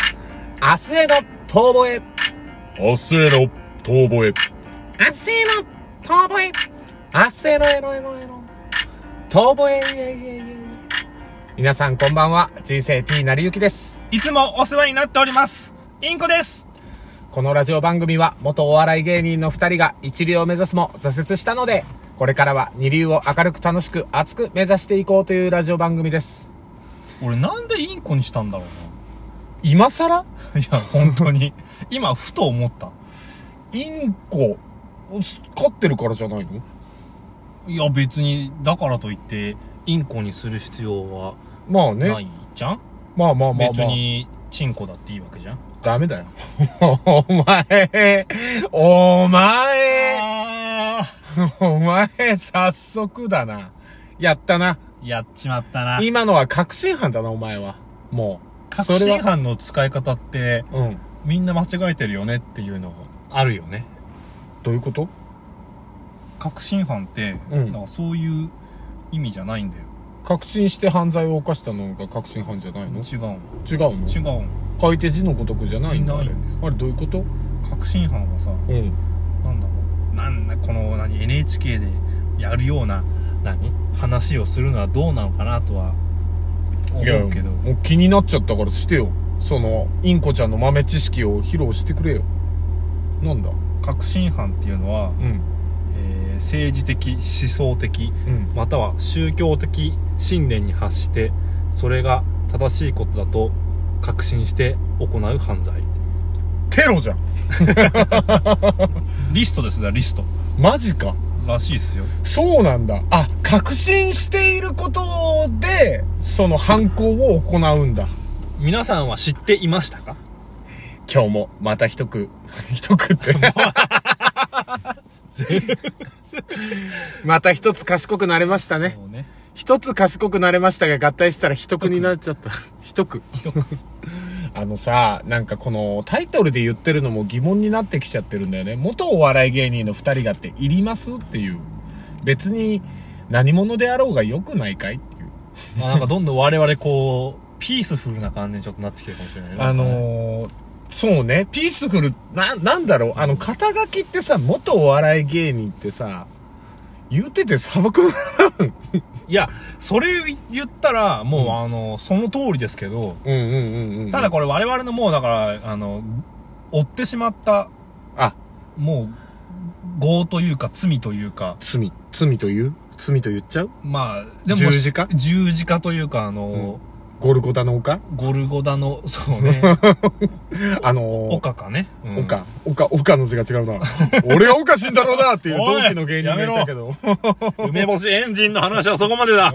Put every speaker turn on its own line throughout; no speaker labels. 明日への遠吠え。
明日への遠吠え。
明日への遠吠え。明日へのえのえのえの。遠吠え。いえいえいえいえ皆さんこんばんは。人生 T なりゆきです。
いつもお世話になっております。インコです。
このラジオ番組は元お笑い芸人の二人が一流を目指すも挫折したので、これからは二流を明るく楽しく熱く目指していこうというラジオ番組です。
俺なんでインコにしたんだろう
今更
な。いや、本当に。今、ふと思った。
インコ、飼ってるからじゃないの
いや、別に、だからといって、インコにする必要は
まあね。
ないじゃん
まあまあまあまあ。
別に、チンコだっていいわけじゃん。
ダメだよ。お前、お前、
あ
お前、早速だな。やったな。
ーやっちまったな。
今のは確信犯だな、お前は。もう。
確信
そ
犯の使い方って、
れは、うん。
みんな間違えてるよねっていうのがあるよね。
どういうこと
確信犯って、
うん
だからそういう意味じゃないんだよ。
確信して犯罪を犯したのが確信犯じゃないの違
違うの。
うの
違うの。
書いて字のごとくじゃないんだ。あれ
ないんです
あれどういうこと
確信犯はさ、
うん。
なんだろうなんだこの何 NHK でやるような何話をするのはどうなのかなとは思うけど
もう気になっちゃったからしてよ。その、インコちゃんの豆知識を披露してくれよ。なんだ
確信犯っていうのは、
うん。
えー政治的思想的
うん。
または宗教的信念に発してそれが正しいことだと確信して行う犯罪
テロじゃん。
リストですねリスト
マジか。
らしいっすよ
そうなんだ。あ、確信していることで、その犯行を行うんだ。
皆さんは知っていましたか
今日も、また一句、 一句って。 また一つ賢くなれましたね。
そうね
一つ賢くなれましたが合体したら一句になっちゃった。 一句。あのさ、なんかこのタイトルで言ってるのも疑問になってきちゃってるんだよね。元お笑い芸人の二人がっていりますっていう。別に何者であろうが良くないかいっていう。
まあなんかどんどん我々こう、ピースフルな感じにちょっとなってきてるかもしれないね
あ、のー、そうね、ピースフル、な、なんだろう、あの、肩書きってさ、元お笑い芸人ってさ、言うてて寒くならん。
いや、それ言ったら、もう、あの、その通りですけど、
うんうんうんうん。
ただこれ我々のもうだから、あの、追ってしまった、
あ、
もう、業というか罪というか、
罪、罪という罪と言っちゃう
まあ、
十字架
十字架というか、あの、
ゴルゴダの丘
ゴルゴダの、そう ね、
あのー、
岡かね。うん
岡、岡、岡の字が違うな。 俺がおかしいんだろうなっていう同期の芸人がいたけど。
梅干しエンジンの話はそこまでだ。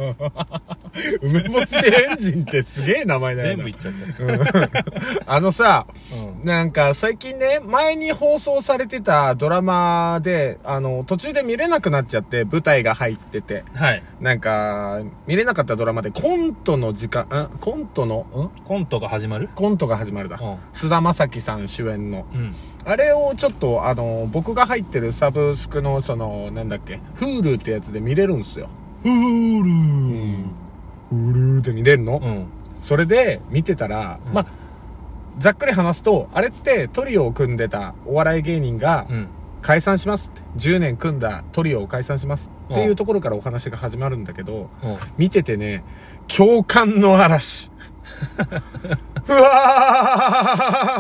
梅干しエンジンってすげえ名前だよ
全部
な
言っちゃった。
あのさ、
うん
なんか最近ね、前に放送されてたドラマで、あの、途中で見れなくなっちゃって、舞台が入ってて、
はい。
なんか、見れなかったドラマでコントの時間、んコントの、ん
コントが始まる
コントが始まるだ。菅田将暉さん主演の。
うん。うん。
あれをちょっと、あの、僕が入ってるサブスクの、その、なんだっけ、Hulu ってやつで見れるんすよ。
ふーるー。
Hulu で見れるの
うん。
それで見てたら、
うん
まあ、ざっくり話すと、あれってトリオを組んでたお笑い芸人が
ん。
解散しますって、10年組んだトリオを解散しますっていうところからお話が始まるんだけど、見ててね、共感の 嵐。うわ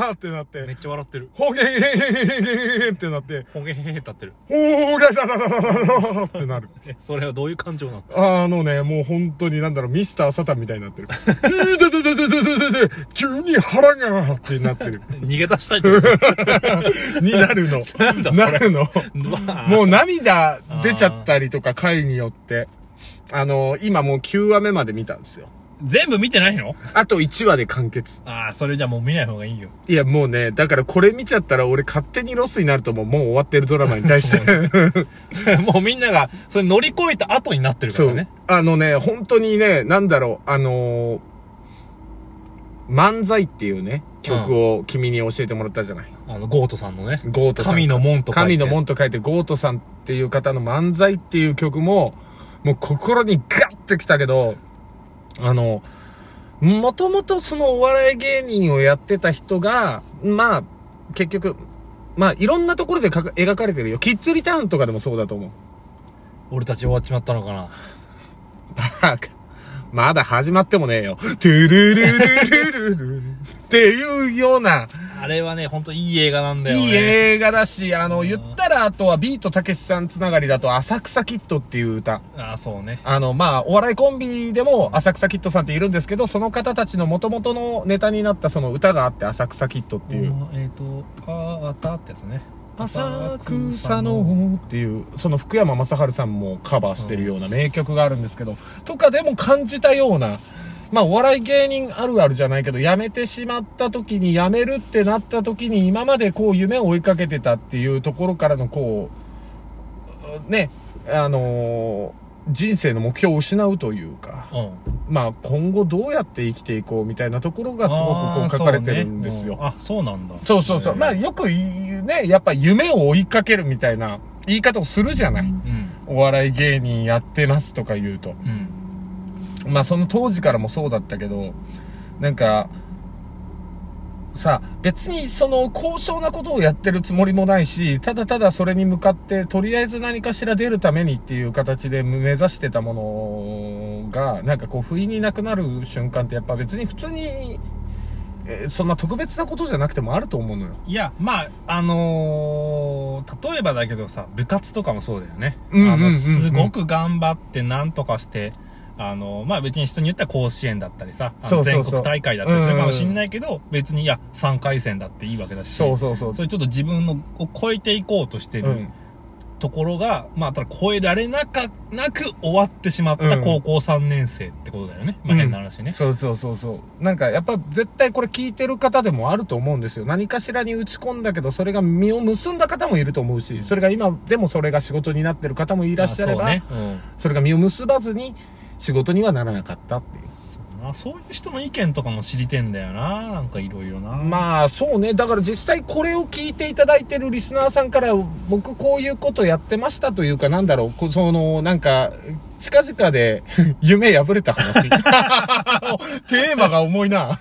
ーってなっ、
めってちゃ笑ってる。
ほげーってなって、
ほげへへへ立ってる。
ほーらららららららってなる。
え、それはどういう感情なの
あのね、もう本当になんだろう、ミスターサタンみたいになってる。でででででででで急に腹がってなってる。
逃げ出したいってこと
になるの。
なんだそれ
なるの。
も
もう涙出ちゃったりとか回によって。あの、今もう9話目まで見たんですよ。
う、全部見てないの
あと1話で完結。
ああ、それじゃもう見ない方がいいよ。
いや、もうね、だからこれ見ちゃったら俺勝手にロスになると思う。もう終わってるドラマに対して。
もうみんなが、それ乗り越えた後になってるか
そ
ら
う
ね。。
あのね、本当にね、なんだろう、あのー漫才っていうね、曲を君に教えてもらったじゃない。
あの、ゴートさんのね。
ゴートさん。
神の門とか。
神の。門と書いて、ゴートさんっていう方の漫才っていう曲も、もう心にガッてきたけど、あの、もともとそのお笑い芸人をやってた人が、まあ、結局、まあ、いろんなところでかか描かれてるよ。キッズリターンとかでもそうだと思う。
俺たち終わっちまったのかな
バカ。まだ始まってもねえよ。トゥルルルルルルルっていうような、
あれはねほんといい映画なんだよね
いい映画だし、あの、
うん
言ったら、あとはビートたけしさんつながりだと、浅草キッドっていう歌。
ああそうね
あの、まあ、お笑いコンビでも浅草キッドさんっているんですけど、その方たちの元々のネタになったその歌があって、浅草キッドっていう。
おえっ、とあああったってやつね
浅草のっていう、その福山雅治さんもカバーしてるような名曲があるんですけど、とかでも感じたような、まあお笑い芸人あるあるじゃないけど、辞めてしまった時に辞めるってなった時に今までこう夢を追いかけてたっていうところからのこう、ね、あのー人生の目標を失うというか、
うん
まあ今後どうやって生きていこうみたいなところがすごくこ
あ
う
ー
書かれてるんですよ。
そうねうんあそうなんだ
そうそうそう。
えー
まあよく言うね、やっぱ夢を追いかけるみたいな言い方をするじゃない。
うん
お笑い芸人やってますとか言うと。
うん
まあその当時からもそうだったけど、なんか、さ別にその高尚なことをやってるつもりもないし、ただただそれに向かって、とりあえず何かしら出るためにっていう形で目指してたものが、なんかこう、不意になくなる瞬間ってやっぱ別に普通に、えーそんな特別なことじゃなくてもあると思うのよ。
いやまああのー例えばだけどさ部活とかもそうだよね、
うんうんうんうん
あのすごく頑張ってなんとかしてあのまあ別に人によっては甲子園だったりさあの
そうそうそう
全国大会だったりするかもしんないけど、別にいや3回戦だっていいわけだし
そうそうそう。
それちょっと自分のを超えていこうとしてる、
うん
ところが、まあ、ただ超えられなか、なく終わってしまっ
う
た
ん
高校3年生ってことだよね。ま
う
あ、
ん
変な話ね。
そうそうそうそう。なんかやっぱ絶対これ聞いてる方でもあると思うんですよ。何かしらに打ち込んだけど、それが実を結んだ方もいると思うし、それが今でもそれが仕事になってる方もい
い
らっしゃれば、
そう
そ
ね。うん
れが実を結ばずに仕事にはならなかったっていう。
そうな。そういう人の意見とかも知りてんだよな。なんかいろいろな。
まあそうね。だから実際これを聞いていただいてるリスナーさんから、僕こういうことやってましたというか、なんだろう、こその、なんか、近々で 夢破れた話。 テーマが重いな。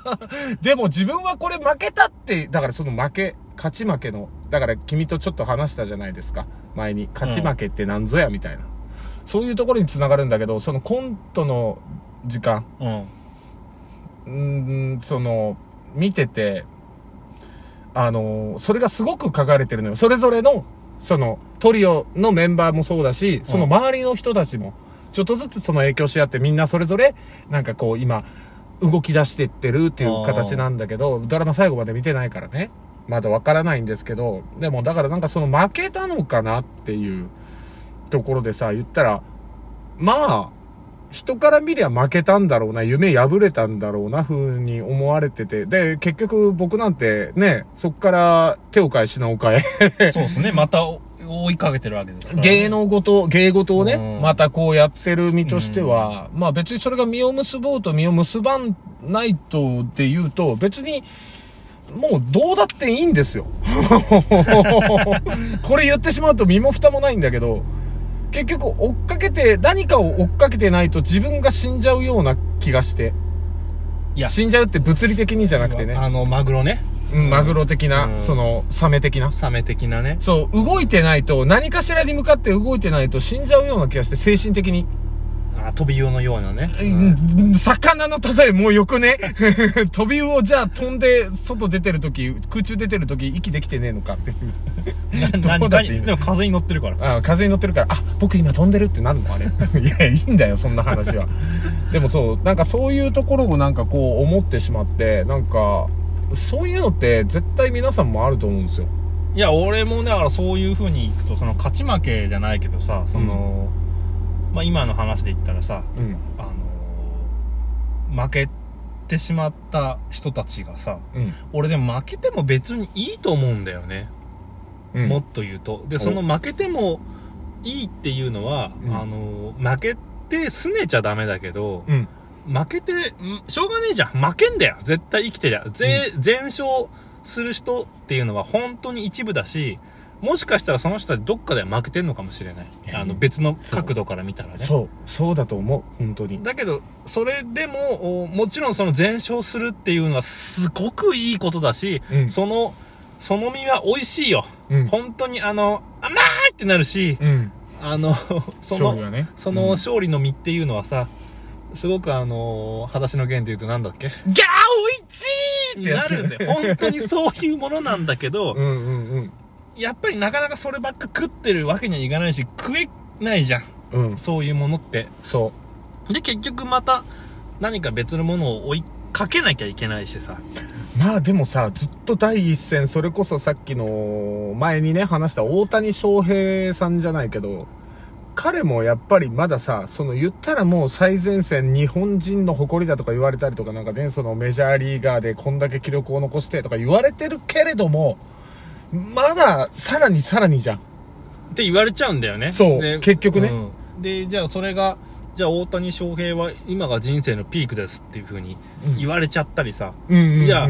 でも自分はこれ負けたって、だからその負け、勝ち負けの、だから君とちょっと話したじゃないですか。前に。勝ち負けってなんぞや、みたいな。そういうところに繋がるんだけど、そのコントの時間。
うん。
うーん、その、見てて、あの、それがすごく書かれてるのよ。それぞれの、その、トリオのメンバーもそうだし、その周りの人たちも、ちょっとずつその影響し合って、みんなそれぞれ、なんかこう、今、動き出してってるっていう形なんだけど、ドラマ最後まで見てないからね。まだわからないんですけど、でもだからなんかその負けたのかなっていうところでさ、言ったら、まあ、人から見りゃ負けたんだろうな、夢破れたんだろうな、風に思われてて。で、結局僕なんてね、そっから手を変え品を変え、
そうです ね。またお追いかけてるわけですから、
芸。能ごと、芸事をね
う、ん
またこうやってる身としては、まあ別にそれが身を結ぼうと身を結ばないとで言うと、別に、もうどうだっていいんです よ。これ言ってしまうと身も蓋もないんだけど、結局追っかけて、何かを追っかけてないと自分が死んじゃうような気がして。
いや
死んじゃうって物理的にじゃなくてね。
あの、マグロね。
うん、マグロ的な、
うん
その、サメ的な。
サメ的なね。
そう、動いてないと、何かしらに向かって動いてないと死んじゃうような気がして、精神的に。
あ、飛び魚のようなね。
うん魚の例えもうよくね。 飛び魚をじゃあ飛んで、外出てるとき、空中出てるとき、息できてねえのかっていう。
な
どう
何
だっていい
何
の
でも風に乗ってるから。
あ風に乗ってるから、あ、僕今飛んでるってなるのあれ。 いや、いいんだよ、そんな話は。 でもそう、なんかそういうところをなんかこう思ってしまって、なんか、そういうのって絶対皆さんもあると思うんですよ。
いや、俺もねだからそういう風に行くと、その勝ち負けじゃないけどさ、その、まあ今の話で言ったらさ、
うん。
あのー負けてしまった人たちがさ
うん。
俺でも負けても別にいいと思うんだよね、
うん
もっと言うとで
お
その負けてもいいっていうのは、
うん
あのー負けてすねちゃダメだけど、
うん。
負けてんしょうがねえじゃん負けんだよ絶対生きてりゃ、ぜ全勝する人っていうのは本当に一部だしもしかしたらその人はどっかでは負けてんのかもしれない。あの、別の角度から見たらね。
そうそうだと思う本当に
だけど、それでも、おもちろんその全勝するっていうのはすごくいいことだし、
うん
その、その身は美味しいよ。
うん
本当にあの、甘いってなるし、
うん
あの、 その、
勝利はね
そうの
ん
勝利の身っていうのはさ、すごくあの、裸足の弦で言うとなんだっけ
ギャーおいちー
になるんだよ。本当にそういうものなんだけど、
うんうんうん
やっぱりなかなかそればっか食ってるわけにはいかないし、食えないじゃん。
うん
そういうものって。
そ
で、結局また何か別のものを追いかけなきゃいけないしさ。
うまあでもさずっと第一線それこそさっきの前にね話した大谷翔平さんじゃないけど彼もやっぱりまださその言ったらもう最前線日本人の誇りだとか言われたりとかなんかねそのメジャーリーガーでこんだけ記録を残してとか言われてるけれどもまださらにさらにじゃん
って言われちゃうんだよね。
そう
で
結局ね
うんで、じゃあそれが、じゃあ大谷翔平は今が人生のピークですっていう風に言われちゃったりさ。
うんうんうんうん
いや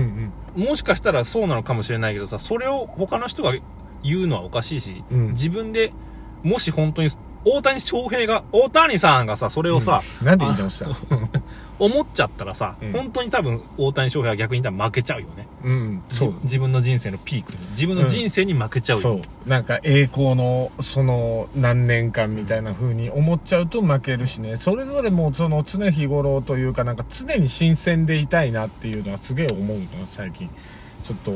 もしかしたらそうなのかもしれないけどさ、それを他の人が言うのはおかしいし、
うん
自分で、もし本当に、大谷翔平が、大谷さんがさ、それをさ、
なんで言い直 した
思っちゃったらさ、
うん
本当に多分、大谷翔平は逆に多分負けちゃうよね。
うんそう
じ自分の人生のピークに。自分の人生に負けちゃうよ。
そうなんか栄光のその何年間みたいな風に思っちゃうと負けるしねそれぞれもうその常日頃というかなんか常に新鮮でいたいなっていうのはすげえ思うの最近ちょっと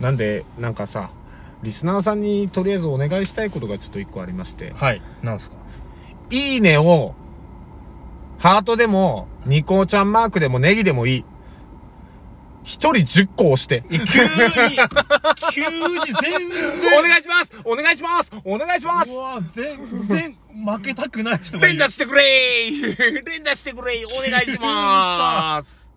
なんでなんかさリスナーさんにとりあえずお願いしたいことがちょっと一個ありまして
はい。なんすか
「いいね」をハートでもニコちゃんマークでもネギでもいい一人10個押して
急に、急に全然
お願いしますお願いしますお願いします
うわ全然負けたくない人がい
連
る
打してくれー連打してくれーお願いしまーす